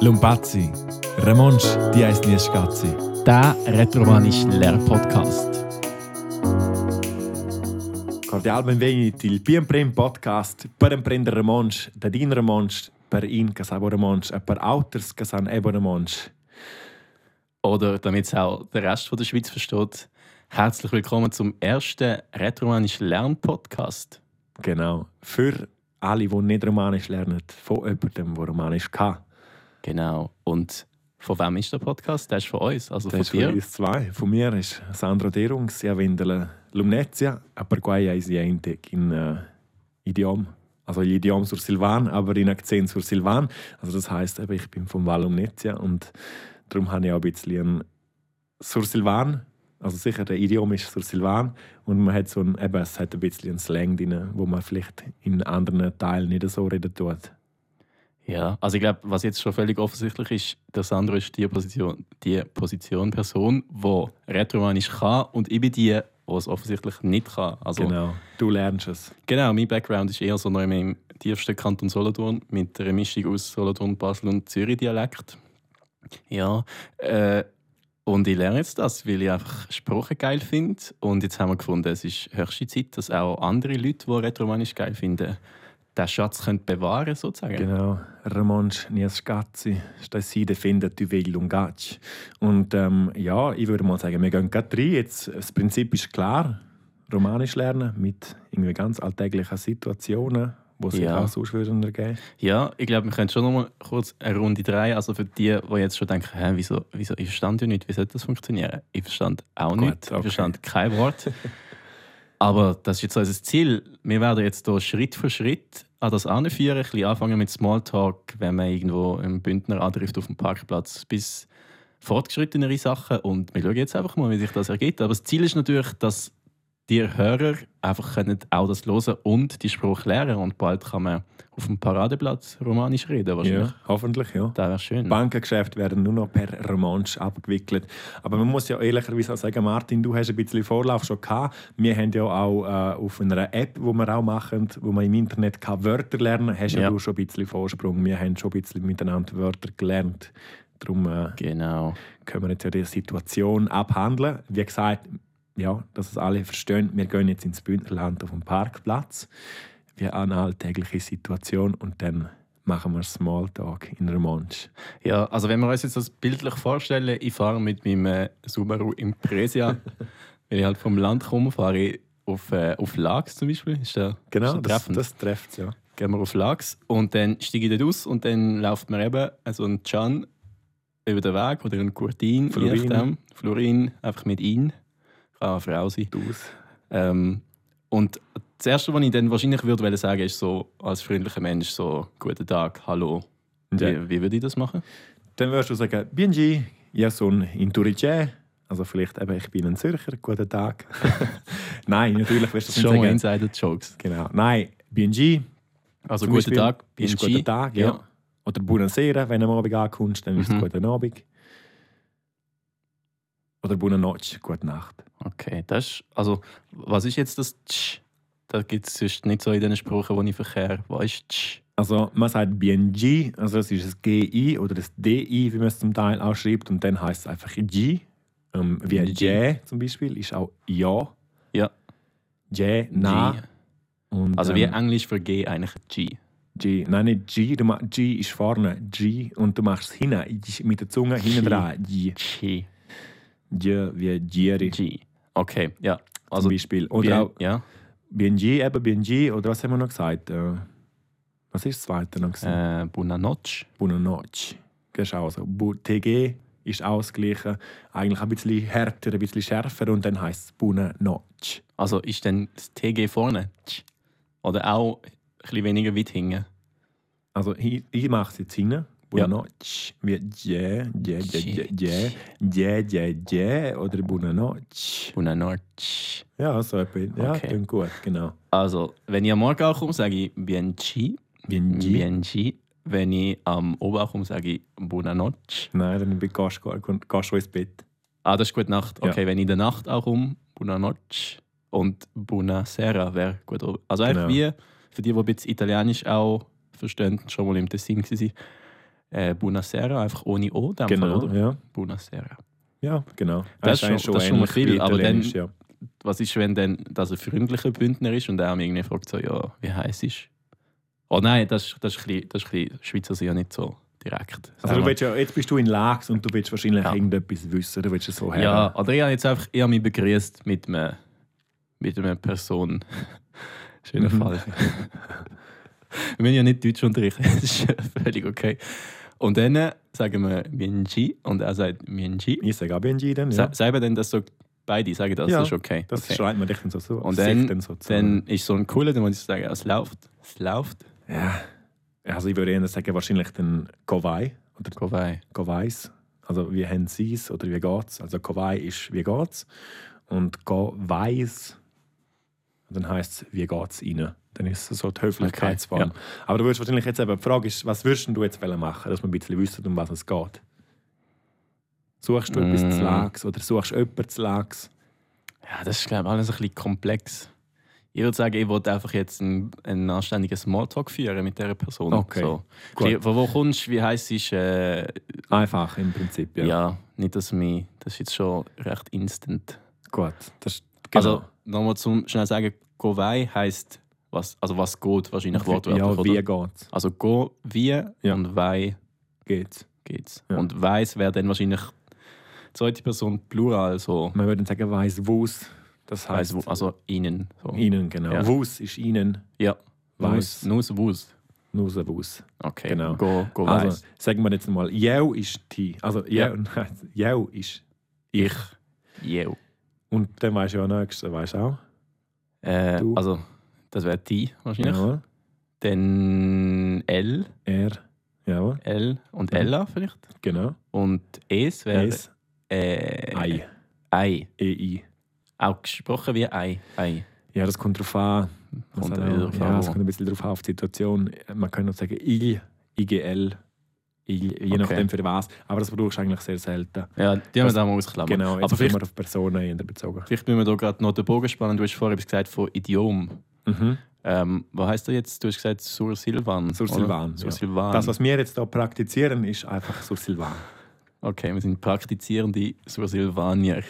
Lumpazzi, Ramonsch, die heisst nie Schatzi. Der retromanische Lehrpodcast. Cordialbenvenuti, il PMPREM Podcast per imprendere Ramonsch, da din Ramonsch, per in che sa Ramonsch, e per autors che san e ebo Ramonsch. Oder damit es auch der Rest von der Schweiz versteht, herzlich willkommen zum ersten retromanischen Lernpodcast. Genau. Für alle, die nicht Romanisch lernen, von jemandem, der Romanisch kann. Genau. Und von wem ist der Podcast? Der ist von uns, also Das ist von für dir. uns zwei. Von mir ist Sandro Derung, sie windeln Lumnezia, aber quai eis gente in äh, Idiom. Also in Idiom sur Silvan, aber in Akzent sur Silvan. Also das heisst, eben, ich bin vom Val Lumnezia und darum habe ich auch ein bisschen ein sur Silvan. Also sicher, der Idiom ist sur Silvan und man hat so ein, eben, es hat ein bisschen einen Slang drin, wo man vielleicht in anderen Teilen nicht so reden tut. Ja, also ich glaube, was jetzt schon völlig offensichtlich ist, der Sandro ist die Position, die Position Person, die retromanisch kann und ich bin die, die es offensichtlich nicht kann. Also, Genau, du lernst es. Genau, mein Background ist eher so noch im tiefsten Kanton Solothurn, mit einer Mischung aus Solothurn, Basel und Zürich-Dialekt. Ja, äh, und ich lerne jetzt das, weil ich einfach Sprache geil finde. Und jetzt haben wir gefunden, es ist höchste Zeit, dass auch andere Leute, die Retromanisch geil finden, diesen Schatz können bewahren sozusagen. Genau, Ramonsch Niescazzi, Stasside findet die Weg Lungatsch. Und ähm, ja, ich würde mal sagen, wir gehen gerade rein. Jetzt, das Prinzip ist klar, Romanisch lernen mit irgendwie ganz alltäglichen Situationen, die sich Ja. auch sonst würden ergeben. Ja, ich glaube, wir können schon noch mal kurz eine Runde drehen. Also für die, die jetzt schon denken, Hä, wieso, wieso, ich verstand ja nicht, wie soll das funktionieren? Ich verstand auch Gut, nicht, okay. ich verstand kein Wort. Aber das ist jetzt unser Ziel. Wir werden jetzt hier Schritt für Schritt an das anführen, ein bisschen anfangen mit Smalltalk, wenn man irgendwo einen Bündner antrifft auf dem Parkplatz, bis fortgeschrittenere Sachen. Und wir schauen jetzt einfach mal, wie sich das ergibt. Aber das Ziel ist natürlich, dass die Hörer einfach können auch das hören und die Sprache lernen. Und bald kann man auf dem Paradeplatz Romanisch reden, wahrscheinlich. Ja, hoffentlich, ja. Das wäre schön. Bankengeschäfte werden nur noch per Romansch abgewickelt. Aber man muss ja ehrlicherweise auch sagen, Martin, du hast ein bisschen Vorlauf schon gehabt. Wir haben ja auch äh, auf einer App, wo wir auch machen, wo man im Internet kann Wörter lernen kann, hast ja. Ja. du schon ein bisschen Vorsprung. Wir haben schon ein bisschen miteinander Wörter gelernt. Darum äh, Genau. können wir jetzt ja die Situation abhandeln. Wie gesagt, ja, dass es alle verstehen, wir gehen jetzt ins Bündnerland auf den Parkplatz. Wie eine alltägliche Situation und dann machen wir Smalltalk in Romansch. Ja, also wenn wir uns jetzt das bildlich vorstellen, ich fahre mit meinem äh, Subaru Impresa, wenn ich halt vom Land komme, fahre ich auf, äh, auf Lags zum Beispiel. Ist der, Genau, ist der das, treffend? das trifft es, ja. gehen wir auf Lachs und dann steige ich dort aus und dann läuft mir eben so ein Can über den Weg oder ein Kurtin, je Florin. nachdem. Florin, einfach mit ihn. Kann eine Frau sein. Aus. Ähm, und das Erste, was ich dann wahrscheinlich würde wollen sagen, ist so als freundlicher Mensch so «Guten Tag, hallo». Ja. Wie, wie würde ich das machen? Dann wirst du sagen, «Bienji, ja son in Turice». Also vielleicht eben, ich bin ein Zürcher, guten Tag. Nein, natürlich wirst du das nicht Schon mal sagen. Insider-Jokes. Genau. Nein, «Bienji» Also zum «Guten Beispiel Tag», ist BNG. «Guten Tag», ja. Ja. Oder «Buonasera», wenn du am Abend ankommst, dann ist es Mhm. «Guten Abend». Oder «Buona notte», «Gute Nacht». Okay, das ist, also was ist jetzt das «Tsch»? Das gibt es sonst nicht so in den Sprüchen, die ich verkehre. Was ist «Tsch»? Also man sagt BNG, also das ist das GI oder das DI, wie man es zum Teil auch schreibt, und dann heißt es einfach G. Ähm, wie ein J zum Beispiel ist auch Ja. Ja. J, Na. G. Und, Also wie ähm, Englisch für G eigentlich G. G. Nein, nicht G. Du ma- G ist vorne, G. Und du machst es hinten, G- mit der Zunge hinten G. dran. G. G. G wie Giri zum G. Okay, ja. Also Beispiel. wie- Oder auch ja. BNG, eben BNG. Oder was haben wir noch gesagt? Äh, was ist das zweite noch? gewesen? Äh, Buona noc. Buona notte. Das ist auch so. also? Bu- TG ist auch das Gleiche. Eigentlich ein bisschen härter, ein bisschen schärfer und dann heisst es Buona notte. Also ist dann das TG vorne? Tsch. Oder auch ein bisschen weniger weit hinten? Also ich, ich mache es jetzt hin. Buona Ja. notte. Wie Dje, Dje, Dje, Dje, Shit. Dje, Dje, Dje, Dje oder Buona notte. Buona noc. Ja, so etwas. Ja, Okay. klingt gut, genau. Also, wenn ich am Morgen ankomme, sage ich Bienci. Bienji. Bienci. Wenn ich am Oben ankomme, sage ich Buona noc. Nein, dann be- gehst du gehst du ins Bett. Ah, das ist gute Nacht. Ja. Okay, wenn ich in der Nacht ankomme, Buona noc. Und Buona sera wäre gut. oben. Also einfach Genau. wie, für die, die ein bisschen Italienisch auch verstehen, schon mal im Tessin waren, äh, Buonasera, einfach ohne O, in dem Fall, Genau, oder? ja. Buonasera. ja, genau. Das ist eigentlich schon- das ist schon mal ähnlich viel, wie aber dann- Italienisch, ja. Also, Was ist, wenn denn das ein freundlicher Bündner ist und er mir irgendwie fragt, so, ja, wie heiß ist? Oh nein, das, das, ist ein bisschen, das ist ein bisschen, Schweizer sind ja nicht so direkt. Also du Sagen wir- willst ja, jetzt bist du in Lags und du willst wahrscheinlich Ja. irgendetwas wissen, du willst es so Ja, oder ich habe jetzt einfach ich habe mich begrüßt mit einer, mit einer Person. Schöner Mhm. Fall. wir haben ja nicht Deutsch unterrichtet, das ist völlig okay. Und dann äh, sagen wir Mienji und er sagt Mienji. Ich sage auch BNG dann, ja. Ja. Sagen wir dann das so, beide sagen das, Ja, das ist okay. Das okay. schreibt man dich dann so zu. Und sich dann- so zu. Dann ist so ein cooler, dann muss ich sagen, es läuft. Es läuft. ja. Also ich würde eher sagen, wahrscheinlich den Kowai oder Kowai. Kowais. Also wie haben sie es oder wie geht's? Also Kowai ist wie geht's und Kowais, dann heißt es wie geht's ihnen. Dann ist es so die Höflichkeitsform. Okay, Aber du würdest wahrscheinlich jetzt eben, die Frage ist, was würdest du jetzt wollen machen, dass man ein bisschen wissen, um was es geht? Suchst du etwas Mm. zu Lags oder suchst du jemanden zu Lags? Ja, das ist, glaube ich, alles ein bisschen komplex. Ich würde sagen, ich wollte einfach jetzt einen, einen anständigen Smalltalk führen mit dieser Person. Okay, So. gut. Wie- Von wo kommst du? Wie heißt es? Äh, Einfach im Prinzip, ja. ja. nicht, dass mich. Das ist jetzt schon recht instant. Gut, das ist genau Also, nochmal zum schnell sagen: Go wei heisst, was, also was geht, wahrscheinlich genau. wortwörtlich. Ja, wie oder? geht's? Also, go wie und wei Geht's? geht's. Ja. Und weiß wäre dann wahrscheinlich zweite Person Plural, so. Man würde sagen, weiss wus. Das Weiss, heißt wo- also innen. So. ihnen, genau. Ja. Wus ist ihnen, Ja. Weiss. Nus, wus. nur so wus. Okay, Genau. go, go Also, weiss. sagen wir jetzt mal, Jau ist die. Also, Ja. Jau, nein, Jau ist ich. Jeu. Und dann weißt du ja nächstes, weißt du auch. Äh, Du. also, das wäre die wahrscheinlich. Jawohl. Dann L, Er, jawohl, L und Mhm. Ella vielleicht. genau. Und Es wäre Es, äh, Ei, E, Ei. EI. Auch gesprochen wie Ei. Ei. Ja, das kommt drauf an. Das Kommt hat wieder auch- drauf ja, an, es wo. kommt ein bisschen drauf an, auf die Situation. Man könnte auch sagen, IL, IGL, IL, je Okay. nachdem für was. Aber das brauchst du eigentlich sehr selten. Ja, die haben wir Das- da mal ausklammern. Genau, jetzt Aber Aber sind vielleicht, wir auf Personen eher bezogen. vielleicht müssen wir da gerade noch den Bogen spannen. Du hast vorher etwas gesagt von Idiom. Mhm. Ähm, was heißt das jetzt? Du hast gesagt Sur Silvan. Sur oder? Silvan, Sur ja. Silvan. Das, was wir jetzt hier praktizieren, ist einfach Sur Silvan. Okay, wir sind praktizierende Sur Silvanier.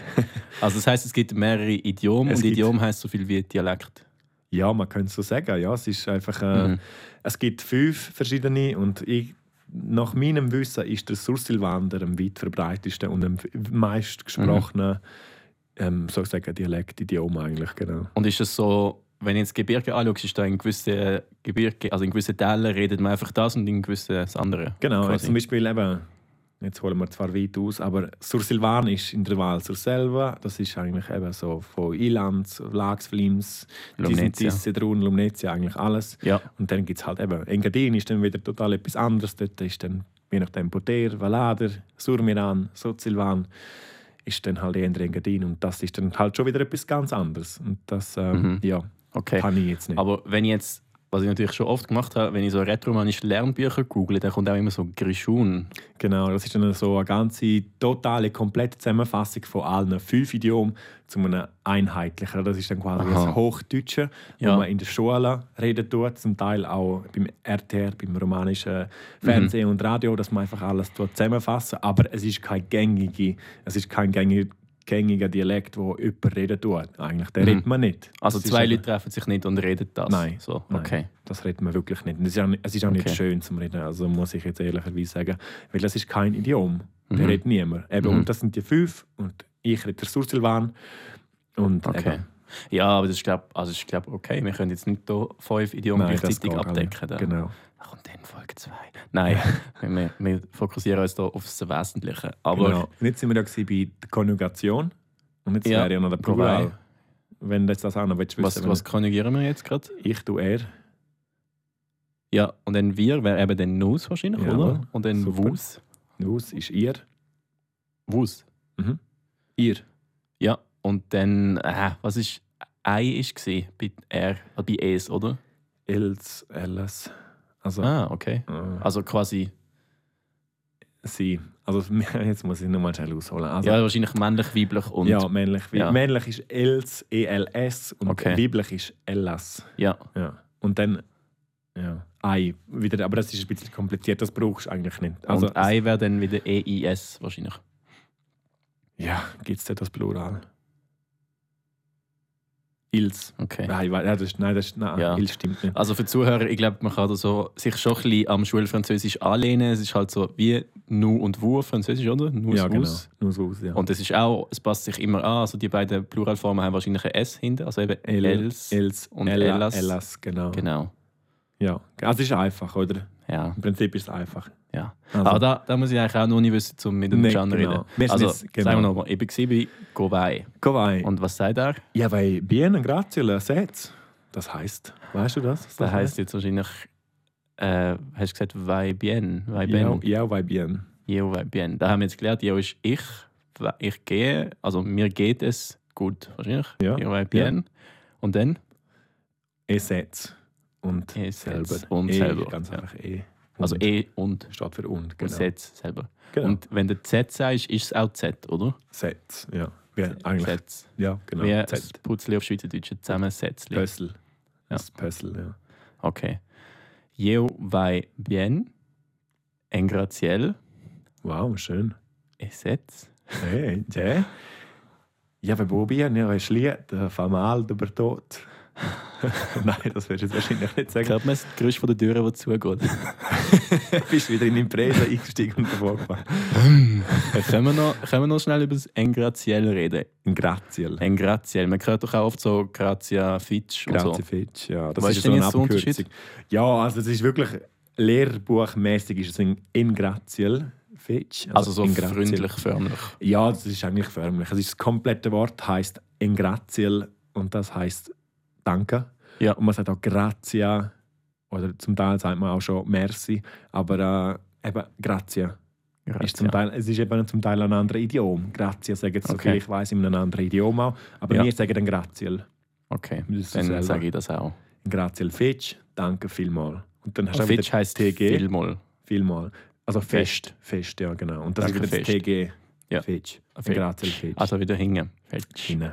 also, das heißt, es gibt mehrere Idiome Es und gibt- Idiom heißt so viel wie Dialekt. Ja, man könnte es so sagen. Ja, es, ist einfach, äh, Mhm. es gibt fünf verschiedene und ich, nach meinem Wissen ist der Sursilvan der am weit verbreitetste und am meist gesprochene ähm, so sagen, Dialekt, Idiom eigentlich. Genau. Und ist es so, wenn du jetzt Gebirge anschaust, ist da in gewissen Gebirge, also in gewissen Teilen redet man einfach das und in gewissen das andere. Genau, jetzt Quasi. zum Beispiel eben, jetzt holen wir zwar weit aus, aber Sursilvan ist in der Wahl Surselva, das ist eigentlich eben so von Ilanz, Lax, Flims, Lumnezia. Disentis, Sedrun, Lumnezia, eigentlich alles. Ja, Und dann gibt es halt eben, Engadin ist dann wieder total etwas anderes. Dort ist dann, je nachdem, Poter, Valader, Surmiran, Sozilvan, ist dann halt eher Engadin. Und das ist dann halt schon wieder etwas ganz anderes. Und das, ähm, Mhm. ja, okay. kann ich jetzt nicht. Aber wenn ich jetzt, was ich natürlich schon oft gemacht habe, wenn ich so retromanische Lernbücher google, dann kommt auch immer so Grishun. Genau, das ist dann so eine ganze, totale, komplette Zusammenfassung von allen fünf Idiomen zu einem einheitlichen. Das ist dann quasi Aha. das Hochdeutsche, Ja. wo man in der Schule reden tut, zum Teil auch beim RTR, beim romanischen Mhm. Fernsehen und Radio, dass man einfach alles dort zusammenfassen Aber es ist kein gängige, es ist kein gängig- gängiger Dialekt, wo jemand reden tut. Eigentlich, den Mhm. redet man nicht. Also Das ist zwei einfach- Leute treffen sich nicht und reden das. Nein, So, nein. okay. das redet man wirklich nicht. Und Es ist auch, nicht- es ist auch nicht Okay. schön zum Reden, also muss ich jetzt ehrlicherweise sagen. Weil das ist kein Idiom. Da Mhm. redet niemand. Eben, Mhm. Und das sind die fünf und ich rede der Sursilvan. Und Okay. eben, Ja, aber das ist, glaube also ich, glaub, okay. Wir können jetzt nicht hier fünf Idiome um das gleichzeitig geht auch abdecken. nicht. Dann. Genau. Ach, und dann Folge 2. Nein, wir, wir fokussieren uns hier aufs Wesentliche. Aber genau. Und jetzt sind wir ja gewesen bei der Konjugation. Und jetzt Ja. wäre ja noch der Plural. Plural. Wenn du jetzt das auch noch willst, was, wissen, was konjugieren wir jetzt gerade? wenn ich, du, er, Ja, und dann wir wäre eben dann Nus wahrscheinlich, Ja, oder? Und dann super. Wus. us ist ihr, Wus. Mhm. ihr. Ja, und dann, äh, was ist Ei ist gsi bei R, äh, bei Es, oder? Els, elles. Also, Ah, okay. äh, Also quasi, sie. Also, jetzt muss ich nochmal schnell ausholen. Also, ja, wahrscheinlich männlich, weiblich und. ja, männlich. Ja. Männlich ist Els, ELS und Okay. weiblich ist Ellas. ja. Ja. Und dann Ja. Ei, wieder, aber das ist ein bisschen kompliziert, das brauchst du eigentlich nicht. Also, und I wäre dann wieder EIS wahrscheinlich. ja, gibt es da das Plural? Ils. Okay. Nein, weil- ja, das, ist- nein, das ist, nein Ja. Ils stimmt nicht. Also für die Zuhörer, ich glaube, man kann da so sich schon ein bisschen am Schulfranzösisch anlehnen. Es ist halt so wie Nu und Wu Französisch, oder? Nu ja, und genau. Wus. Nur so aus, ja. Und es ist auch, es passt sich immer an. Also die beiden Pluralformen haben wahrscheinlich ein S hinten, also eben El- Els. Els und Ella- Ellas. Ellas, genau. Genau. Ja, also es ist einfach, oder? Ja, Im Prinzip ist es einfach. ja. Also, Aber da, da muss ich eigentlich auch noch nicht wissen, um mit dem Nee, Can genau. reden. Wir sind Also, jetzt- genau. sagen wir nochmal, ich war bei Gowei. Kawaii. Und was sagt er? Ja, weil Bienen, Grazien, Sätz. Das heißt, weißt du das? was Das das heisst jetzt wahrscheinlich, äh, hast du gesagt, Vai bien, Vai Ja, bien, ja, weil Bien. Yo, Vai bien. Da haben wir jetzt gelernt, Yo ist ich, Vai- ich gehe, also mir geht es gut, wahrscheinlich. Ja, Yo, Vai bien. Und dann? E Sätz. Und E Sätz selber. und e, selber, Ganz ja. einfach E. Und. Also E und. Statt für und, Und genau. Z selber. genau. Und wenn du Z sagst, ist es auch Z, oder? Sätz, ja. Wie, eigentlich, Z. ja, genau. Wie ein Sätz. Putzli auf Schweizerdeutsch, ein Zusammensetzli. Pössl. Ja. Das Pössl, ja. Okay. Yo, Vai bien, en graziel, Wow, schön. e Z. Hey, ja. Ja, bei Bobien, ja, ist Lied, äh, Famal, über Tod. Nein, das wirst du jetzt wahrscheinlich nicht sagen. Hört man das Geräusch von der Tür, die zugeht? bist wieder in Impresa eingestiegen und davor gefahren. Äh, können, wir noch, können wir noch schnell über das Engraziell reden? In Graziel. Engraziell. Man hört doch auch oft so Grazia Fitch und so. Grazifitsch, ja. Das Was ist ist so denn eine jetzt der Abkürzung. Ja, also es ist wirklich lehrbuchmäßig ist es ein Ingraziel. Fitsch. Also so in Graziel. freundlich, förmlich. Ja, das ist eigentlich förmlich. Es ist das komplette Wort heißt Ingraziel und das heißt Danke. Ja. Und man sagt auch Grazia oder zum Teil sagt man auch schon Merci, aber äh, eben Grazia. Ist zum Grazia. Teil, es ist eben zum Teil ein anderes Idiom. Grazia sagen jetzt, so Okay. viel ich weiß, in einem anderen Idiom auch. Aber Ja. wir sagen dann Graziel. Okay, Das ist dann selber. sage ich das auch. Graziel Fitch, danke vielmal. Und dann hast du auch Fitch wieder heisst TG. vielmal. vielmal. Also fest. Fest. fest. ja, genau. Und das Danke, ist wieder das fest. TG. Ja. Fitch. Fitch. Graziel Fitch. Also wieder hingen. Fitch. Hinten.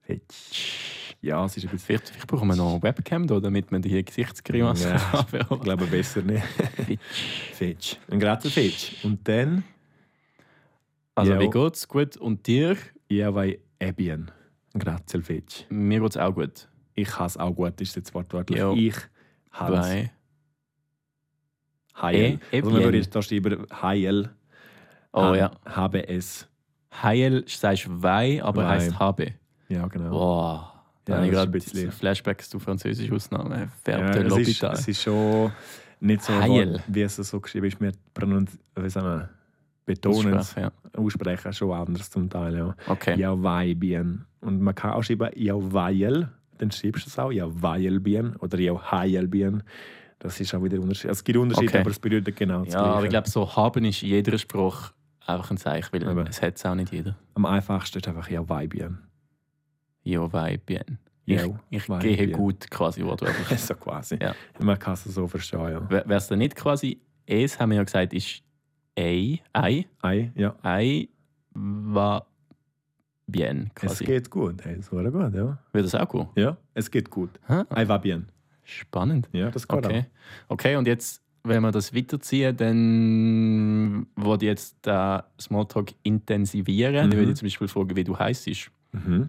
Fitch. Ja, es ist ein bisschen Vielleicht, vielleicht brauchen wir noch eine Webcam, da, damit man die Gesichtsgrimasse Ja. Ich haben. glaube besser nicht. Fitch. Fetsch. Ein Grazer Fetsch. Und dann Also Ja. wie geht's? Gut. Und dir? Jawei Ebien. Ein Grazer Fetsch. Mir geht's auch gut. Ich hasse auch gut, ist jetzt wortwörtlich. Ja. Ich hasse Bei Heil. Eh, also man würde Ebien. jetzt da schreiben Heil. Oh H- ja. HBS. Heil sagst Wei, aber Wei. heisst habe. Ja, genau. Boah. Da Ja, habe ich das ist ein gerade bisschen- Flashbacks zu französisch Ausnahme. Ja, Färbte es, ist, L'Hôpital. es ist schon nicht so, Heil. wie es so geschrieben ist. Wir pronunz- wie sagen wir, betonen es, Aussprache, ja. aussprechen schon anders zum Teil. Ja. Okay. Ja, weil bien. Und man kann auch schreiben, ja, weil. Dann schreibst du es auch, ja, weil bien. Oder ja, heil bien. Das ist auch wieder Unterschied. Also, es gibt Unterschiede, Okay. aber es bedeutet genau das Ja, Gleiche. aber ich glaube, so haben ist in jeder Spruch einfach ein Zeichen, weil Eben. es hat es auch nicht jeder. Am einfachsten ist einfach ja, weil bien. Jo, wei, bien. Ich, Ja, ich wei, gehe bien. gut, quasi wortwörtlich. so quasi. Ja. Man kann es so verstehen, ja. Wäre es dann nicht quasi, es haben wir ja gesagt, ist ei, ei, Ei, ja. ei, va, bien, Es quasi. geht gut. Hey, so gut, ja. Würde das auch gut? Ja, es geht gut. Hä? Ei, va bien. Spannend. Ja, das geht Ah. Okay. okay, und jetzt, wenn wir das weiterziehen, dann würde ich jetzt den Smalltalk intensivieren. Ich Mhm. würde ich zum Beispiel fragen, wie du heißt. auch. Mhm.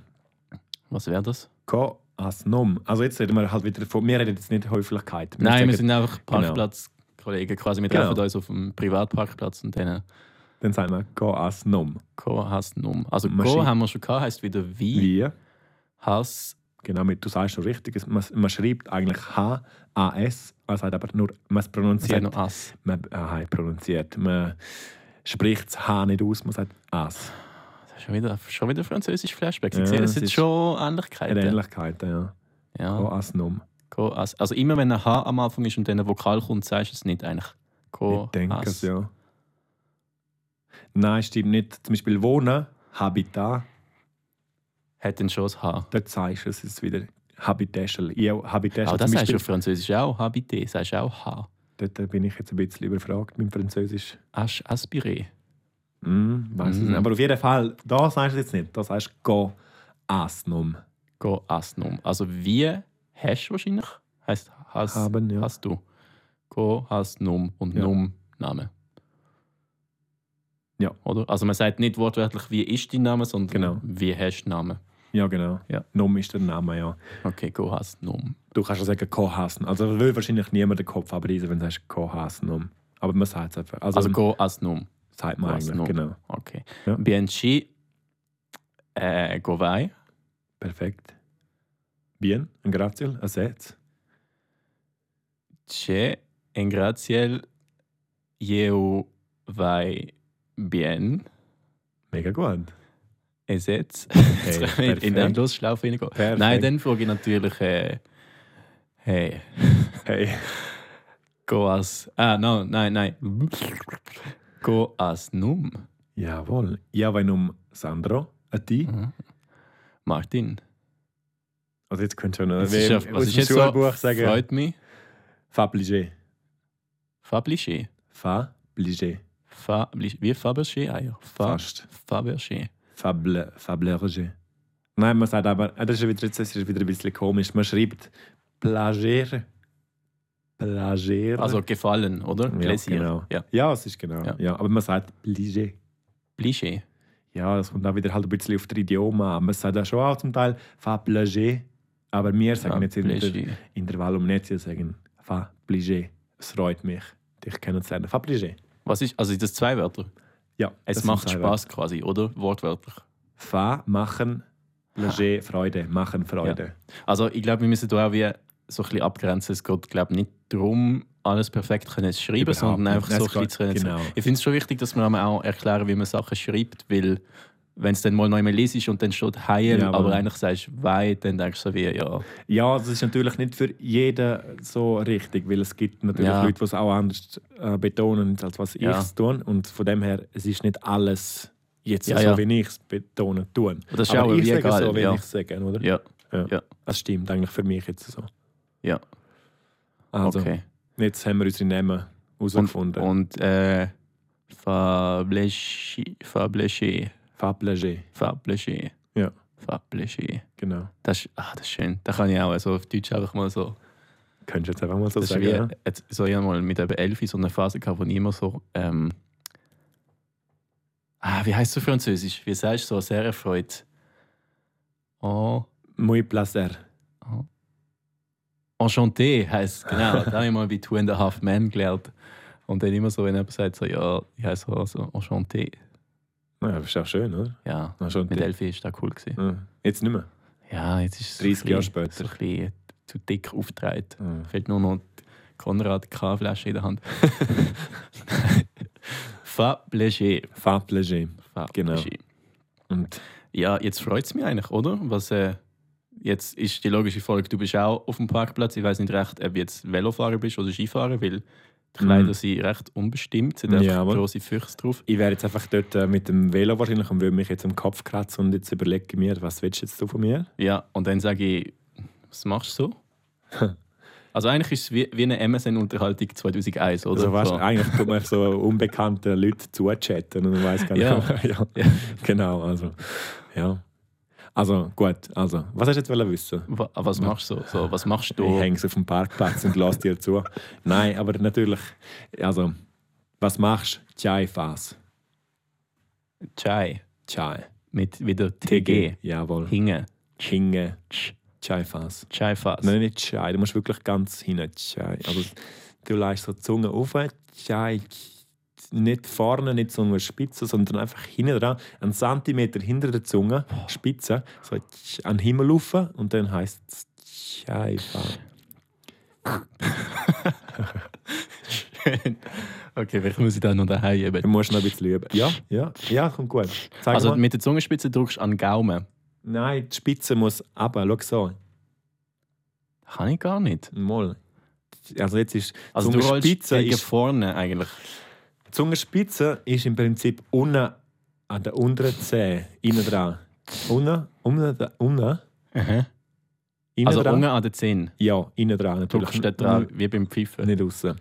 Was wäre das? Ko as nom. Also, jetzt reden wir halt wieder von. Wir reden jetzt nicht Häuflichkeit. Nein, wir sagen- sind einfach Parkplatzkollegen quasi. Wir Genau. treffen uns auf dem Privatparkplatz und dann äh, Dann sagen wir Ko as nom. Co heißt Num. Also Co Maschine. haben wir schon gehabt, heißt wieder wie, Wir. Hass. Genau, mit, du sagst schon richtig, es- man, man schreibt eigentlich H, A, S, man sagt aber nur, man Es sagt pronunciert, also noch Ass. man, aha, pronunziert, man spricht das H nicht aus, man sagt As. Das ist Schon wieder, schon wieder französisch Flashback. Sie Ja, sehen, es es sind ist schon Ähnlichkeiten. Ähnlichkeiten, ja. Oh, Ja, As num. Co Ass. Also immer wenn ein H am Anfang ist und dann ein Vokal kommt, sagst du es nicht eigentlich. Co ich denke Ass. es, ja. Nein, stimmt nicht. Zum Beispiel Wohnen, Habitat, Hat dann schon das H. dort sagst du es jetzt wieder. Habitational. Ja, Aber Habitational das zum sagst du Beispiel. auf Französisch auch. Habité sagst du auch H. Dort äh, bin ich jetzt ein bisschen überfragt mit dem Französisch. Asch, aspiré. Hm, weiß es Mhm. nicht. Aber auf jeden Fall, da sagst du es jetzt nicht. Da sagst du Go, As num. Go Asnum. Also wie hast du wahrscheinlich? Heißt hast, Haben, ja. hast du. Co heißt Num und Ja. Num Name. Ja. Oder? Also man sagt nicht wortwörtlich, wie ist dein Name, sondern Genau. wie hast du Name. Ja, genau. Ja. Nom ist der Name, ja. Okay, Go heißt Num. Du kannst auch sagen Kohasen. Also das will wahrscheinlich niemand den Kopf abreißen, wenn du sagst Kohasen. um. Aber man sagt es einfach. Also, Also Go heißt Num. sagt man Kohasen, eigentlich, um. genau. Okay. Ja. BNG äh, Go wei. Perfekt. Bien, ein grazie, ein Setz. Che engraziel jeu vai bien. Mega gut. Es jetzt. Hey, Jetzt können wir in den perfekt. Schlussschlaufe reingehen. Perfekt. Nein, dann frage ich natürlich, äh, hey, Hey. Goas. Ah, no, nein, nein. Goas num. Jawohl. Ja, wenn um Sandro, a ti. Martin. Also jetzt könntest du noch Das wem ist ja, aus was dem ist jetzt so? Schulbuch sagen. Freut mich. Fabligé. Fabliché. Fabligé. Fabliché. Wie Fabergé Eier. Fa Fast. Fabergé. Fable, fablerge. Nein, man sagt aber, ah, das ist wieder, jetzt ist es wieder ein bisschen komisch. Man schreibt plagier. Plagier. Also gefallen, oder? Ja, Plaisir. genau. Ja. ja, es ist genau. Ja. Ja. aber man sagt plagier. Pliché. Ja, das kommt auch wieder halt ein bisschen auf das Idiom an. Man sagt auch schon auch zum Teil fablegé. Aber wir sagen jetzt in der, Fabliché. in der Wahl um nicht zu sagen fabligé. Es freut mich, dich kennenzulernen. Fabligé. Was ist, also sind das zwei Wörter? Ja, das Es sind macht zwei Spaß quasi, oder? Wortwörtlich. Wörter. Fa, machen, leger, Freude, machen Freude. Also ich glaube, wir müssen da auch wie so ein bisschen abgrenzen. Es geht glaube nicht darum, alles perfekt können zu schreiben, Überhaupt sondern nicht. einfach Nein, so es ein bisschen geht- zu können. genau. Ich finde es schon wichtig, dass wir auch erklären, wie man Sachen schreibt, weil wenn es dann mal neu mal liest und dann steht heil, Ja, aber aber- eigentlich sagst du wei, dann denkst du so wie, ja, Ja, das ist natürlich nicht für jeden so richtig, weil es gibt natürlich Ja. Leute, die es auch anders äh, betonen, als was Ja. ich es tue. Und von dem her, es ist nicht alles jetzt Ja, so, ja. wie ich es betonen tue. Das ist Aber auch ich irgendwie sage egal, so, wie ja. ich es sage, oder? ja, Das stimmt eigentlich für mich jetzt so. Ja. Also, okay. jetzt haben wir unsere Namen Und, herausgefunden. und äh, Fableschi, Fableschi, Fab Leger, Fableschi. Ja. Fableschi. genau. Das ist, ah, das ist schön. Da kann ich auch so auf Deutsch einfach mal so Könntest du jetzt einfach mal so Das ist sagen. wie, ja? jetzt, so ich habe mal mit eben Elfi so eine Phase gehabt, wo ich immer so. Ähm, ah, wie heißt du Französisch? Wie sagst du so? Sehr erfreut. Oh, Muy placer. enchanté heißt genau. da habe ich mal bei Two and a Half Men gelernt. Und dann immer so, wenn jemand sagt, so, ja, ich heiße so, so enchanté. Naja, das ist auch schön, oder? Ja, Na, schon mit Elfi ist das cool gewesen. Ja. Jetzt nicht mehr. Ja, jetzt ist es. 30 Jahre bisschen- So später. ein bisschen zu dick aufgetragen. Ja. Fällt nur noch die Konrad K-Flasche in der Hand. Fab Leger. Fab Leger. Genau. Regie. Und Ja, jetzt freut es mich eigentlich, oder? Was, äh, jetzt ist die logische Folge, du bist auch auf dem Parkplatz. Ich weiß nicht recht, ob du jetzt Velofahrer bist oder Skifahrer, weil die Kleider Mhm. sind recht unbestimmt, sind einfach Jawohl. große Füchse drauf. ich wäre jetzt einfach dort äh, mit dem Velo wahrscheinlich und würde mich jetzt am Kopf kratzen und jetzt überlege ich mir, was willst jetzt du von mir? Ja, und dann sage ich, was machst du so? also eigentlich ist es wie, wie eine MSN-Unterhaltung 2001, oder? Also, weißt, So. Eigentlich tut man so unbekannten Leuten zuchatten und man weiß gar nicht, Ja. ob- ja. Ja. Genau, also. Ja. Also gut, also, was hast du jetzt wollen wissen? Wa- Was machst du so? so? Was machst Ich du? hänge es auf dem Parkplatz und lasse dir zu. Nein, aber natürlich, also, was machst du? Chai Fass. Chai. Chai. Mit wieder TG. Jawohl. Hinge. Hinge. Ch- Chai Fass. Chai fast. Nein, nicht Chai, du musst wirklich ganz hinein Chai. Also, du leist so die Zunge auf, Chai. Nicht vorne, nicht so eine Spitze, sondern einfach hinten dran, einen Zentimeter hinter der Zunge, Spitze, so tsch- an den Himmel rauf und dann heisst es Chai. Fass. Okay, vielleicht muss ich da noch daheim üben. Du musst noch ein bisschen üben. Ja, ja, ja, kommt gut. Zeig also mal. mit der Zungenspitze drückst du an den Gaumen. Nein, die Spitze muss ab. Schau so. Kann ich gar nicht. Mal. Also jetzt ist Also du rollst Zungenspitze gegen ist, vorne eigentlich. Zungenspitze ist im Prinzip unten an der unteren Zähne innen dran. Unten, unten, unten, innen Also dran. unten an den Zehen. Ja, innen dran natürlich. Drückst du dort dran, wie beim Pfeifen. Nicht außen.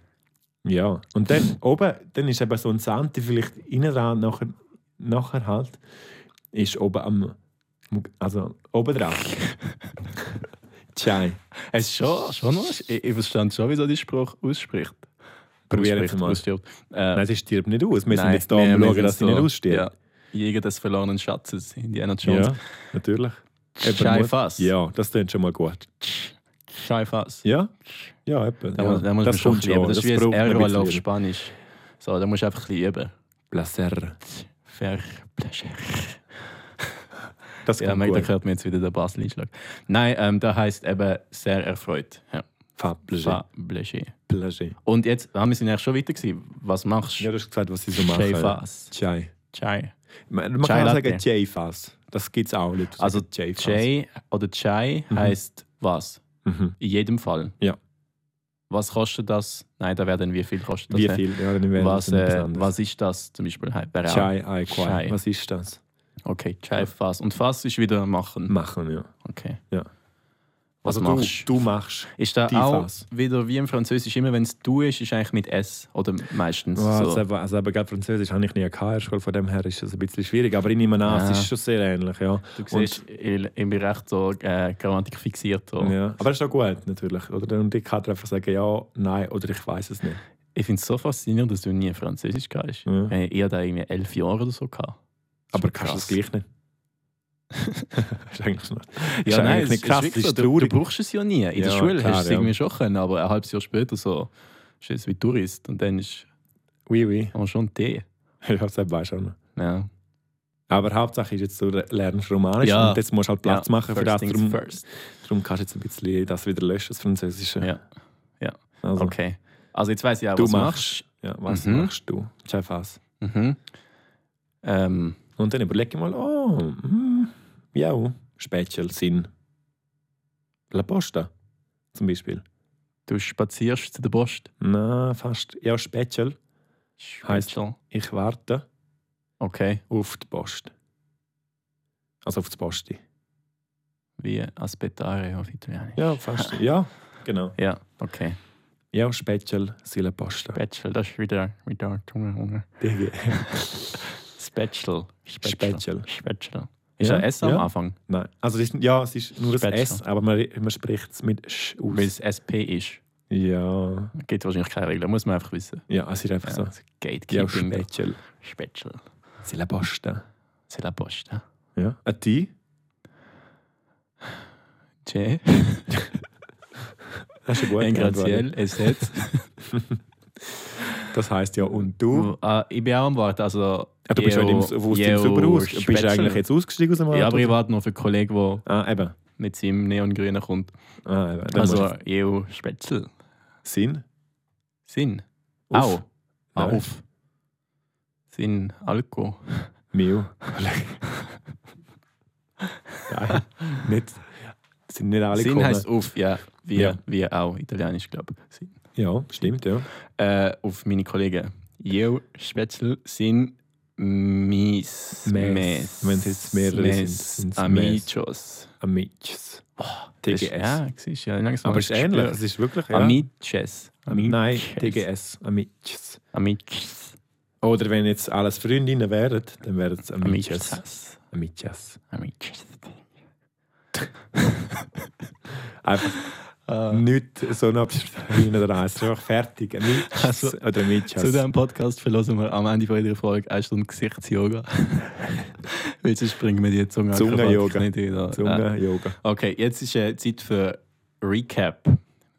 Ja. Und dann oben, dann ist eben so ein Santi vielleicht innen dran, nachher, nachher halt, ist oben am, also oben dran. Tschei. Es ist schon, schon noch, ich, ich verstand schon, wieso die Spruch ausspricht. Probieren Sie ausspricht, mal. ausstirbt. Äh, Nein, sie stirbt nicht aus. Wir sind nein, jetzt da, um wir zu schauen, müssen dass sie so- nicht ausstirbt. Ja. Jäger des verlorenen Schatzes, Indiana Jones. Ja, natürlich. Ja. Eben, Schei muss- Fass. Ja, das klingt schon mal gut. Schei Fass. Ja? Ja, eben. Da ja. muss, da muss man schon kommt ein bisschen üben. Das ist wie braucht man ein ein Errol bisschen. auf Spanisch. So, da musst du einfach ein bisschen üben. Placer. Verpläscher. Das Ja, kommt merkt, da gut. hört mir jetzt wieder der Basel-Einschlag. Nein, ähm, da heißt eben sehr erfreut. Ja. Fablage. Verpläscher. Fablage. Und jetzt, ah, wir sind ja schon weiter gewesen. Was machst Ja, du? du hast gesagt, was sie so machen. Chai Fass. Chai. Chai. Man, man Chai kann auch Latte. sagen Chai Fass. Das gibt es auch nicht. Also Chai Fass. Chai oder Chai Mhm. heißt was? Mhm. In jedem Fall. Ja. Was kostet das? Nein, da werden wie viel kostet das? Wie hä? viel? Ja, dann wäre Was, das etwas äh, anderes. was genau? ist das zum Beispiel? Hä? Wäre auch- Chai, Ai, Quai. Chai. Was ist das? Okay, Chai Fass. Und Fass ist wieder machen. Machen, ja. Okay. Ja. Was also machst du? Du machst. Ist da Die auch Fass. wieder wie im Französisch immer, wenn es du ist, ist eigentlich mit S oder meistens Ja, also, so. eben, also eben gerade Französisch habe ich nie gehabt, in der Schule, von dem her ist es ein bisschen schwierig, aber ich nehme an, es Ja. ist schon sehr ähnlich, ja. Du siehst, ich, ich bin recht so äh, Grammatik fixiert. So. ja. Aber das ist auch gut, natürlich. Oder? Und ich kann dir einfach sagen, ja, nein, oder ich weiß es nicht. Ich finde es so faszinierend, dass du nie Französisch kannst. Ja. Äh, Ich hatte da irgendwie elf Jahre oder so. Gehabt. Aber Krass. kannst du es gleich nicht? ist eigentlich nicht. ist Ja, nein, eigentlich es nicht ist krass, krass, es ist du, du traurig. brauchst es ja nie. In der Ja, Schule klar, hast du es ja. irgendwie schon können, aber ein halbes Jahr später so, ist es wie Tourist und dann ist Oui, oui. man schon Tee. Ja, das weiß ich auch noch. Ja, Aber Hauptsache ist jetzt, du lernst Romanisch Ja. und jetzt musst du halt Platz ja, machen für first das. things Darum, first. darum kannst du jetzt ein bisschen das wieder löschen, das Französische. Ja. Ja. Also, Okay. Also jetzt weiß ich auch, Du was du machst. machst. ja, was Mhm. machst du? Chef Fass. Mhm. Ähm, Und dann überlege ich mal, oh, hm, ja, Spätzle sind La Posta zum Beispiel. du spazierst zu der Post. Na, fast. Ja, Spätzle. Heisst- Spätzle. Ich warte Okay. auf die Post. Also auf die Posti. Wie aspettare auf Italienisch. Ja, fast. ja, genau. Ja, okay. Ja, Spätzle sind La Posta. Spätzle, das ist wieder mit der Zunge. Hunger. Spätzle. Spätzle. Spätzle. Ist Ja, ein S am ja. Anfang, Nein, also das ist, ja, es ist nur ein Spätzle. S, aber man, man spricht es mit Sch aus. weil es SP ist. Ja, Gibt wahrscheinlich keine Regeln, muss man einfach wissen. ja, es ist einfach Ja, so. das Ja, Gatekeeping. Spätzle Spätzle. sind La Posta. C'est la poste. Ja. A ti? Tschä. Hast du gut Ingratiel, es jetzt. Das heisst ja, und du? Äh, Ich bin auch am Warten. Also, Ja, du bist Jeo- halt im, aus dem Jeo Super aus. Du bist Spätzle. eigentlich jetzt ausgestiegen aus dem Auto? Ja, aber ich warte noch auf einen Kollegen, der Ah, eben. mit seinem Neongrünen kommt. Ah, eben. Dann also, E musst EU Spätzle. du- Sinn? Sinn. Auf. Au. Ah, Nein. auf. Sinn. Alko. Mio. Nein, nicht. Sind nicht alle Sinn gekommen. heißt auf, ja. Wie, ne? Ja. wie auch italienisch, glaube ich. Ja, stimmt, ja. Äh, auf meine Kollegen. EU Spätzle sind Mies. Mes. Mes. Wenn es jetzt mehrere sind, Mes. sind's Mes. Amigos. Amiches. Oh, Das ist- TGS. Ja, siehst du, ja, langsam aber es ist hab ich ähnlich. gespürt. Es ist wirklich. Ja. Amiches. Nein, Amiches. TGS. Amiches. Amiches. Oder wenn jetzt alles Freundinnen wären, dann wären es Amiches. Amiches. Amiches. Amiches. Einfach Äh, nicht so ein Abschlussfreund oder eins. Einfach fertig. Amiches Also, oder Amiches. Zu diesem Podcast verlassen wir am Ende von jeder Folge eine Stunde Gesichtsyoga. Weil sonst bringen wir die Zunge Zungenyoga. nicht wieder. Äh, Zunge-Yoga. Okay, jetzt ist äh, Zeit für Recap. Ich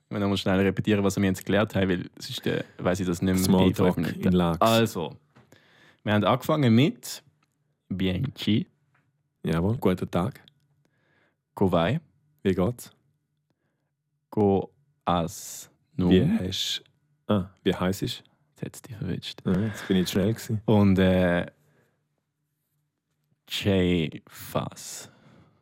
muss nochmal schnell repetieren, was wir jetzt gelernt haben, weil sonst äh, weiß ich das nicht mehr in fünf Smalltalk Minuten. in Lachs. Also, wir haben angefangen mit Bienchi, Jawohl, guten Tag. Kovai, Wie geht's? Go As Nu. Wie hast Ah, wie heiß ist? Jetzt die verwitscht. Ah, jetzt bin ich zu schnell gewesen. Und äh, Jay Fass.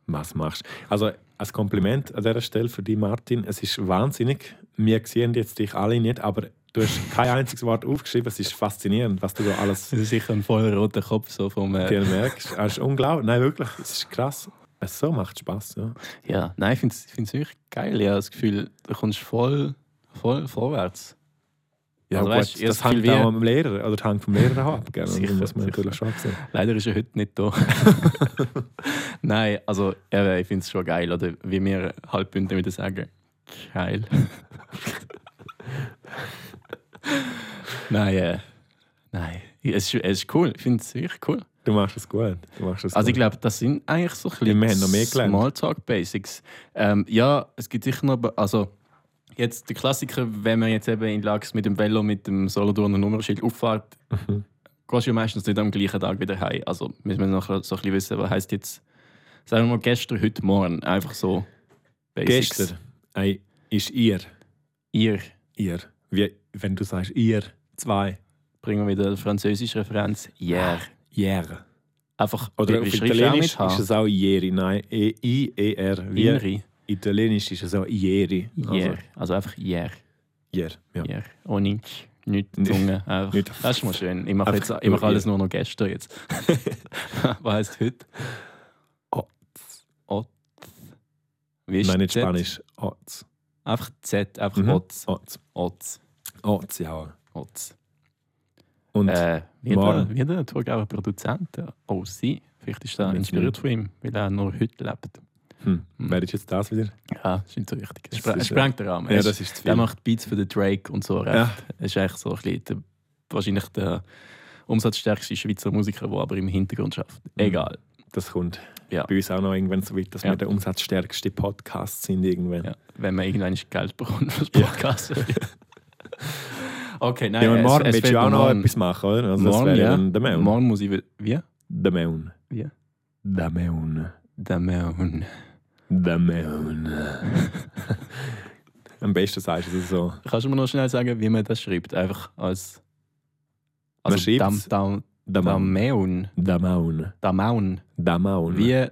Was machst du? Also, als Kompliment an dieser Stelle für dich, Martin. Es ist wahnsinnig. Wir sehen jetzt dich alle nicht, aber du hast kein einziges Wort aufgeschrieben. Es ist faszinierend, was du da alles Das ist sicher ein voller roter Kopf so vom. Äh, dir merkst. Es ist unglaublich. Nein, wirklich. Es ist krass. Es so macht Spaß. Ja. ja, nein, ich finde es wirklich geil. Ich habe das Gefühl, da kommst du voll, voll vorwärts. Ja, Also gut, weißt, ich das habe das hängt Gefühl, auch wir- am Lehrer oder das hängt vom Lehrer auch ab. Gell? Und Sicher, das muss man sicher. natürlich schon absehen. Leider ist er heute nicht da. nein, also eben, ich finde es schon geil, oder wie wir Halbbündner wieder sagen. Geil. Nein, äh, nein. Es ist, es ist cool. Ich finde es wirklich cool. Du machst es gut. Du machst es Also ich gut. glaube, das sind eigentlich so ein Ja, bisschen wir haben noch mehr gelernt. Smalltalk-Basics. Ähm, ja, es gibt sicher noch, be- also jetzt der Klassiker, wenn man jetzt eben in Lachs mit dem Velo, mit dem Solothurner Nummernschild auffährt, Mhm. gehst du ja meistens nicht am gleichen Tag wieder heim. Also müssen wir noch so ein bisschen wissen, was heisst jetzt, sagen wir mal gestern, heute, morgen, einfach so Basics. Gestern ein, ist ihr. Ihr, Ihr. Wie, wenn du sagst ihr, zwei. bringen wir wieder eine französische Referenz, hier. Ihr. Einfach Ah. Oder auf die Schrift Italienisch auch ist es auch ieri. Nein, E- I-E-R. mit H. Wie Inri, Italienisch ist es auch ieri. hier. Also einfach hier. Ihr. Ja. Ja, ohne nichts, nicht die Zunge. Einfach. Nicht. Das ist mal schön. Ich mache, Einfach jetzt, ich mache nur alles nur noch gestern jetzt. Was heisst heute? Otz. Otz. Wie Nein, nicht Z? Spanisch. Oz. Einfach Z, einfach Mhm. Otz. Oz. Otz. Oz, ja. Otz. Und Äh, wieder, morgen. wieder ein Thurgauer Produzent, der OC. Vielleicht ist er Mit inspiriert von ihm, weil er nur heute lebt. hm, wer ist jetzt das wieder? Ja, das ist nicht so wichtig. Es Das spre- ist, es sprengt den Rahmen. Ja, Es- das ist zu Der viel. macht Beats für den Drake und so recht. Ja. Er ist eigentlich so ein bisschen der, wahrscheinlich der umsatzstärkste Schweizer Musiker, der aber im Hintergrund schafft. Mhm. Egal. Das kommt Ja. bei uns auch noch irgendwann so weit, dass Ja. wir der umsatzstärkste Podcast sind irgendwann. Ja. Wenn man irgendwann Geld bekommt für das Podcast. okay, nein. Ja, und es- morgen es willst du fehlt ja auch mir noch morgen. etwas machen, oder? Also das morgen, wäre ja. dann der Meun. morgen muss ich... wi- Wie? Der Meun. Wie? Der Meun. Der Meun. Der Meun. Am besten sagst du es so. Kannst du mir noch schnell sagen, wie man das schreibt? Einfach als... Man Also, dam, schreibt's- dam, Der dam, Meun. Meun. Der Meun. Dam Meun. Der Meun. Wie...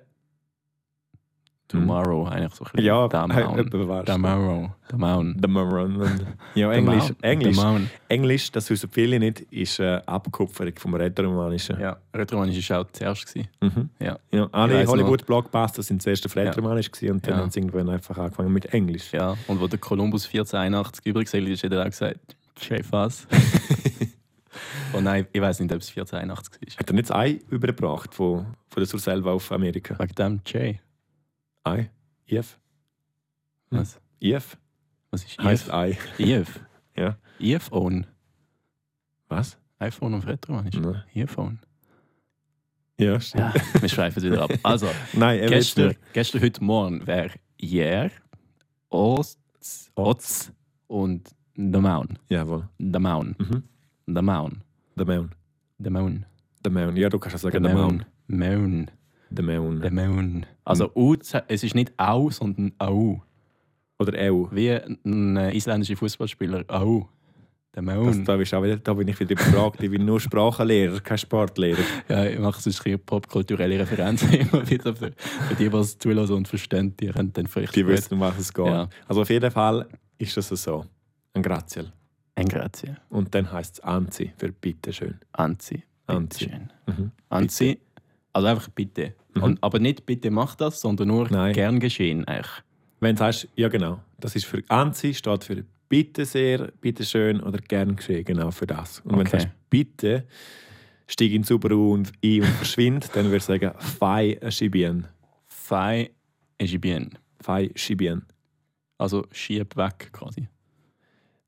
Tomorrow, eigentlich so ein bisschen. Ja, Dam äh, Meun. jemand war's. Der Mauro. Der Maun. Der Meun. Ja, Englisch. Englisch. Der Maun. Englisch, das wissen viele nicht, ist äh, Abkupferung vom Rätoromanischen. Ja, Retromanisch war auch zuerst. gewesen. Mhm. Ja. Ja, Ich alle weiss noch. Hollywood-Blockbuster sind zuerst auf Rätoromanisch gewesen und dann Ja. haben sie irgendwann einfach angefangen mit Englisch. Ja, und wo der Kolumbus 1481 übergesegelt ist, hat er auch gesagt, Chef was? und nein, ich weiß nicht, ob es 1481 Hat er nicht das Ei übergebracht von, von der Surselva auf Amerika? war. Wegen dem J. Ei? IF? Was? IF? Was ist Heißt IF? Ei. IF? Ja. IF-Own. Was? iPhone auf Retromanisch. Nein. IF-Own. Ja, stimmt. Ja, wir schweifen wieder ab. Also, Nein, er will's gestern, nicht. gestern, heute Morgen wäre Jär, Oz, Oz und der Maun. Jawohl. Der Maun. Mhm. Der Maun. Der Maun. Der Maun. Der Maun. Ja, du kannst ja sagen, der Maun. Maun. Maun. Der Der Maun. Maun. Also U, z- es ist nicht Au, sondern Au. Oder EU. Wie ein äh, isländischer Fußballspieler. Au. Der Das, Maun. da, bist du auch wieder, da bin ich wieder überfragt. Ich bin nur Sprachenlehrer, kein Sportlehrer. Ja, ich mache sonst ein popkulturelle Referenzen immer wieder. Für, für die, die es zulassen und verstehen, die können dann vielleicht Die gut- wissen, um was es geht. Ja. Also auf jeden Fall ist das so. Ein Graziel. Ein Grazie. Und dann heißt es Anzi für bitteschön. Anzi. Anzi. Bitteschön. Mhm. Anzi. Also einfach bitte. Mhm. Und, aber nicht bitte mach das, sondern nur Nein. gern geschehen. Eigentlich. Wenn du sagst, ja genau, das ist für Anzi, steht für bitte sehr, bitteschön oder gern geschehen, genau für das. Und wenn du Okay. sagst, bitte, steig ins Uber und ein und verschwind, dann würde ich sagen, fei schibien. Fei ist bien. Fei schibien. Also schieb weg quasi.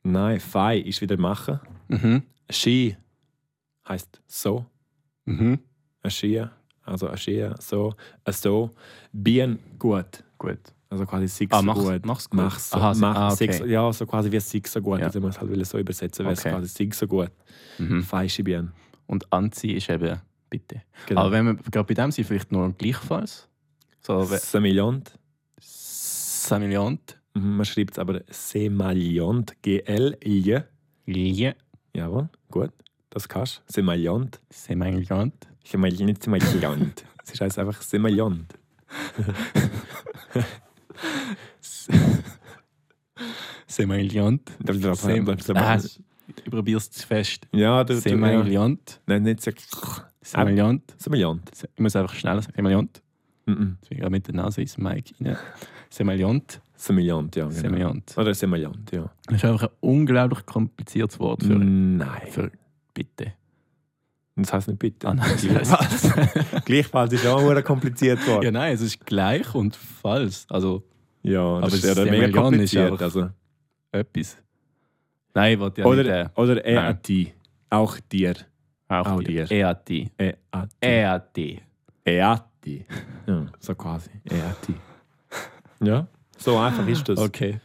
Nein, fei ist wieder machen. Mhm. Schi heißt so. Mhm. ein Schier, also ein Schier, so, ein so, bien gut. Gut. Also quasi six Ah, mach's- gut. mach's gut. Mach's so, Aha, so- mach ah, six, okay. ja, so quasi wie six so gut. Ja. Also man es halt will so übersetzen, wäre es Okay. quasi six so gut. Mhm. Feische bien. Und Anzi ist eben bitte. Genau. Aber wenn wir gerade bei dem sind, vielleicht nur gleichfalls. So we- Semilliont. Samilliant. Mhm, Man schreibt es aber Semaliont. G-L-I. Lie. Jawohl, gut. Das kannst du. Semaliont. Semilliant. Ich meine nicht Semaliont. es heißt einfach Semaliont. Semilliant. Ah, Ich probiere es zu fest. Ja, du, du, ja. Semilliant. Nein, nicht so. Semilliant. Semaliont. Ich muss einfach schneller sagen. Semilliant. Mhm. Jetzt bin ich gerade mit der Nase ins Mic rein. Semilliant. Semaliont, ja. Genau. Semilliant. Oder Semaliant, ja. Das ist einfach ein unglaublich kompliziertes Wort für, Mm. Nein. für bitte. Das heißt nicht bitte. Ah, nein, das Gleichfalls. Gleichfalls ist auch ein kompliziert Ja, worden. nein, es ist gleich und falsch. Also Ja, Aber das ist es ja ist mega Semillon, ist kompliziert. einfach- Also, etwas. Nein, wollte ja nicht. Äh, Oder, oder nein. EAT. Auch E dir. auch auch die. dir. E EAT. EAT. EAT. EAT. Ja, so quasi. EAT. Ja, so einfach ist das. Okay.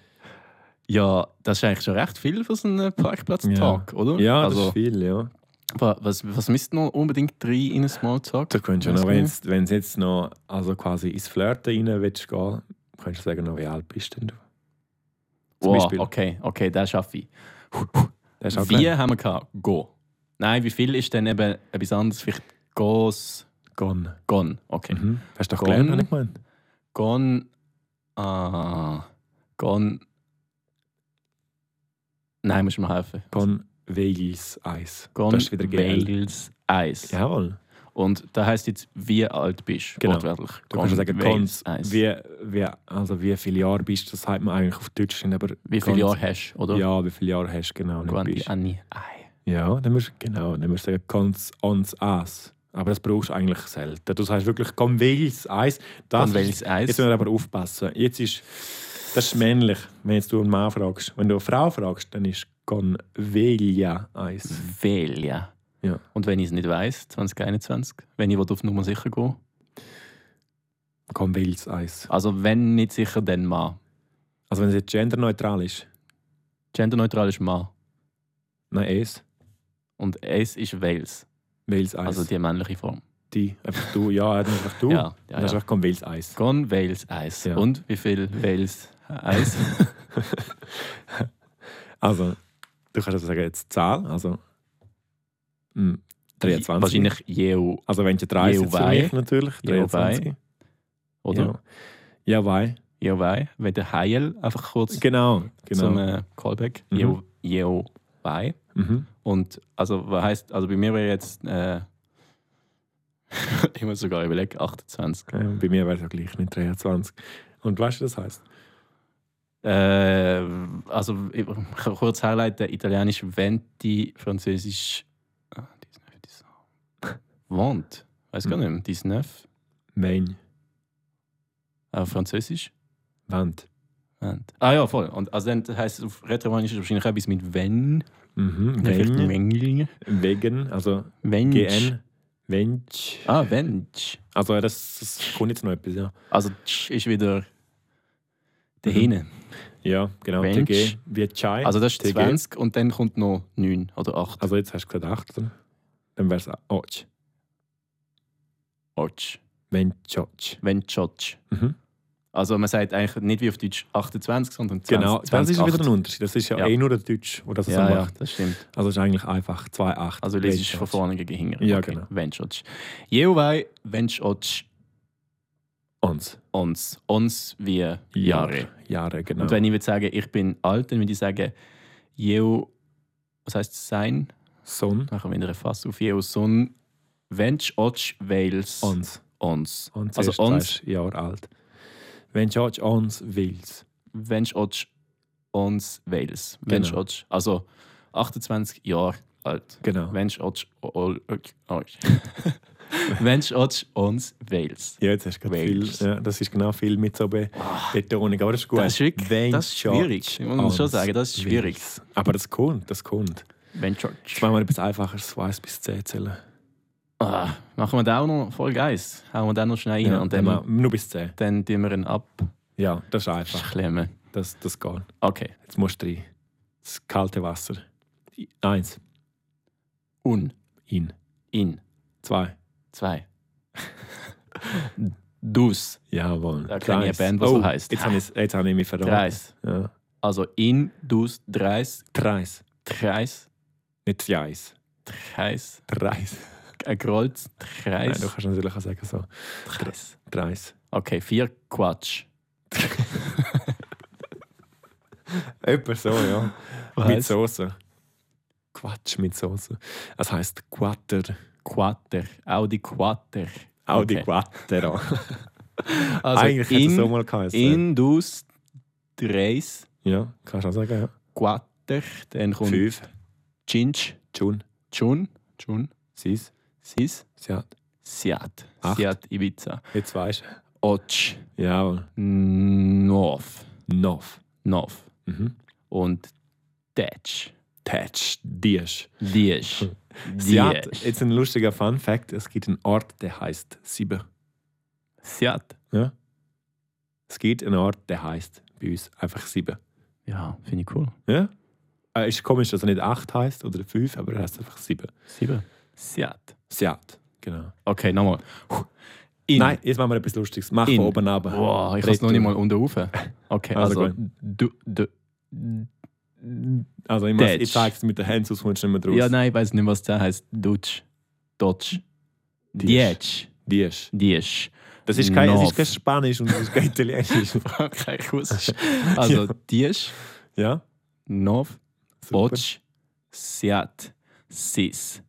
Ja, das ist eigentlich schon recht viel für so einen Parkplatz-Talk, oder? Ja, das also, ist viel, ja. wa- was, was müsste noch unbedingt rein in einen Smalltalk? Da könntest du Weiss noch, nicht. wenn es jetzt noch also quasi ins Flirten rein willst gehen, könntest du sagen, noch, wie alt bist denn du? zum Wow, Beispiel. okay, okay, das schaffe ich. Das ist auch Wie geil. haben wir gehabt? Go. Nein, wie viel ist denn eben etwas anderes? Vielleicht Goes, Gone. Gone. Okay. Mhm. Hast du doch Gone. gelernt, habe ich gemeint. Gone. Ah. Gone. Nein, musst du mir helfen. Gone Wales Eis. Gone das ist wieder geil. Wales Eis. Jawohl. Und da heißt jetzt, wie alt bist du? Genau. Wortwörtlich. Du kannst sagen, Wales Gons, wie, wie, also wie viele Jahre bist du, das sagt man eigentlich auf Deutsch. Aber Wie viele Jahre hast du, oder? Ja, wie viele Jahre hast du genau nicht Quanti bist. Anni Ei. Ja, dann musst du genau, dann musst du sagen, Gons ons Eis. Aber das brauchst du eigentlich selten. Du sagst wirklich Gone Wales Eis. Das Gone Wales Eis. Jetzt müssen wir aber aufpassen. Jetzt ist, das ist männlich, wenn jetzt du einen Mann fragst. Wenn du eine Frau fragst, dann ist Gone Velia Eis. Velia. Ja. Und wenn ich es nicht weiß, 2021, wenn ich will auf Nummer sicher gehe. Gone Wales Eis. Also wenn nicht sicher, dann Mann. Also wenn es jetzt genderneutral ist. Genderneutral ist Mann. Nein, es. Und es ist Wales. Wales Eis. Also die männliche Form. die. Einfach du, ja, einfach du. Ja, Dann ja, hast du ja. einfach Gone Wales Eis. Gone Wales Eis. Ja. Und wie viel Wales Eis? Also, du kannst also sagen, jetzt Zahl, also hm, 23. Wahrscheinlich Jeu, Also wenn du 30 ist für Jewei. mich natürlich, Jewei, 23. oder? Ja, wei. Jeu Wei. Wenn der Heil einfach kurz Genau, zum genau. äh, Callback. Mhm. Jeu Jeu Wei. Mhm. Und also was heißt, also bei mir wäre jetzt äh, ich muss sogar überlegen, 28. Ja, bei mir wäre es ja gleich nicht 23. Und weißt du, was das heisst? Äh, also ich kann kurz herleiten, italienisch Venti, französisch ah, 19, 19. Vent, weiß Mhm. gar nicht, 19, Mein äh, französisch Wand. Vent. Ah ja, voll. Und also dann heißt es auf Rätoromanisch wahrscheinlich etwas mit wenn, Mhm. vielleicht Wenn, Wengling, wegen, also Wench. GN, Wench. Ah, Wench. Also das, das kommt jetzt noch etwas, ja. Also tsch ist wieder der Mhm. Hähne. Ja, genau, Wench. TG, wie Chai. Also, Also das ist TG. 20 und dann kommt noch 9 oder 8. jetzt hast du gesagt 8, oder? Dann wäre es Otsch. Otsch. Wenchotsch. Wenchotsch. Mhm. Also man sagt eigentlich nicht wie auf Deutsch 28, sondern 20. Genau, das ist 20, wieder ein Unterschied. Das ist ja, Ja. eh nur der Deutsch, wo das so Ja, ja, macht. das stimmt. Also es ist eigentlich einfach 2,8. Also lese ich von Wenchotsch. vorne gegen hinten. Ja, genau. Wenchotsch. Jeowei, Wenchotsch, Uns. uns. Uns wie Jahre. Jahre, genau. Und wenn ich würde sagen, ich bin alt, dann würde ich sagen, Jeo, was heißt sein? Son. Machen wir wieder einen Fass auf. Jeo Sun, Wenchotsch, Wales, Uns. uns. Und Also also uns- uns Jahr alt. Wenn George uns willst. Wenchotsch, uns, Wales. Genau. Wenchotsch, also 28 Jahre alt. Genau. Mensch Otsch all- ok- ok. Mensch Otsch uns Wales. Ja, jetzt hast du gerade viel. Wales. Ja, das ist genau viel mit so Be Betonung, aber das ist gut. Ah. Das ist wirklich- Wenn das ist George schwierig. Ich muss schon uns sagen, das ist schwierig. willst. Aber das kommt, das kommt. Mensch Jetzt Otsch. machen wir etwas Einfaches, von 1 bis 10 zählen. Ah, machen wir da auch noch voll geil. Hauen wir da noch schnell rein und mal, dann, nur bis 10. dann tun wir ihn abklemmen. Ja, das ist einfach. Das, das geht. Okay. Jetzt musst du rein. Das kalte Wasser. I- Eins. Un, In. in, Zwei. zwei. Dus, Jawohl. Da kenne ich eine Dreis. Band, die so Oh, heisst. Jetzt habe ich, jetzt habe ich mich verraten. dreis. Ja. Also in, dus, dreis, Dreis. dreis, Nicht Jais. dreis, Dreis. ein Grolz, Nein, du dreis, kannst natürlich auch sagen so. dreis. Dreis. Okay, vier Quatsch. Etwa so, ja. mit Was? Soße. Quatsch mit Soße. Es heisst Quater. Quater, Audi Quater. Auch die Okay. Quattero. Also Eigentlich hätte es so in, mal geheißen. in, dus, dreis, Ja, kannst du auch sagen, ja. Quater, dann kommt Fünf. Cinch, Jun. Chun, Chun, Sis. Sis, Siat. Siat, Acht. Siat Ibiza, Jetzt weisst du. Och, Jawohl. Nov, Nov. Nov Mhm. und Dech. Tetsch, Diesch. Diesch. Sie hat, jetzt ein lustiger Fun Fact, es gibt einen Ort, der heißt Sieben. Siat. Ja? Es gibt einen Ort, der heißt bei uns einfach Sieben. Ja, finde ich cool. Ja? Äh, ist komisch, dass er nicht acht heißt oder fünf, aber er heißt einfach Sieben. Sieben. Siat. Siat, genau. Okay, nochmal. In. Nein, jetzt machen wir etwas Lustiges. Mach In. von oben ab. Wow, ich kann es noch nicht mal unten rauf. Okay, Also also. gut. du, du, Also ich, muss- Tetsch. ich zeige es mit den Händen, sonst kommst du nicht mehr draus. ja, nein, ich weiß nicht, was der heißt. Dutsch. Dutsch. Dietsch. Diesch. Dietsch. Das ist kein, es North. ist kein Spanisch und es ist kein Italienisch. Okay, Russisch. Also, Dietsch, ja? Nov, Super. Botsch, Siat, Sis.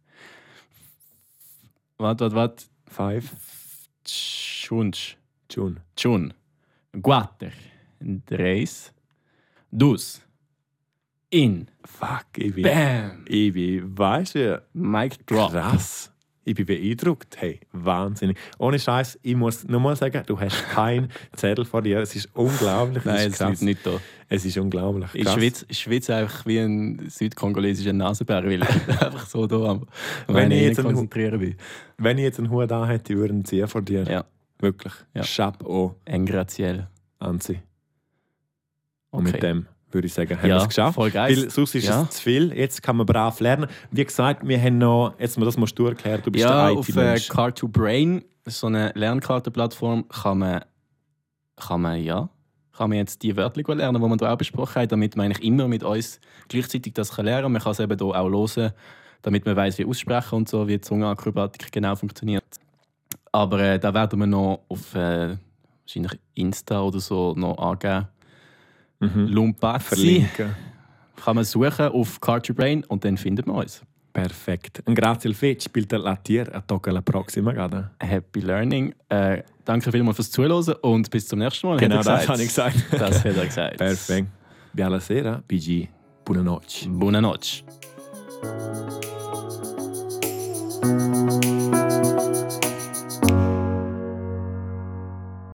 Warte, warte, warte. Five. Tschunsch. June. Tschun. Guater. Dreis. Dus. In. Fuck, ich bin... Bam. Ich bin, weißt du, Mic drop. krass. Ich bin beeindruckt. Hey, wahnsinnig. Ohne Scheiß, ich muss nochmal sagen, du hast keinen Zettel vor dir. Es ist unglaublich. Nein, es ist es liegt nicht da. Es ist unglaublich. Ich krass. schwitze, ich schwitze einfach wie ein südkongolesischer Nasenbär, weil ich einfach so da am am Wenn ich einen jetzt ein- konzentrieren bin. Wenn ich jetzt einen Hut an hätte, würden sie vor dir. Ja. Wirklich. oh, Ja. Chapeau Engraziell. an sie. Und mit Okay. dem würde ich sagen, haben Ja, wir es geschafft. voll geil. Weil sonst ist Ja. es zu viel. Jetzt kann man brav lernen. Wie gesagt, wir haben noch, jetzt mal das musst du erklären, du bist Ja, der auf äh, IT-Mensch. Car2Brain, so eine Lernkartenplattform, kann man, kann man ja, kann man jetzt die Wörter gut lernen, die wir hier auch besprochen haben, damit man eigentlich immer mit uns gleichzeitig das kann lernen kann. Man kann es eben hier auch hören, damit man weiß, wie aussprechen und so, wie Zungenakrobatik genau funktioniert. Aber äh, da werden wir noch auf äh, wahrscheinlich Insta oder so noch angeben. Mhm. Lumpazzi Verlinken. kann man suchen auf Car2Brain und dann findet man uns. Perfekt. Und grazie al Fetch spielt der Latier a tocca la prossima gada. Happy Learning. Äh, danke vielmals fürs Zuhören und bis zum nächsten Mal. hat Genau er das habe ich gesagt. Das hat er gesagt. Perfekt. Bella sera, PG. Buonanotte. Buonanotte.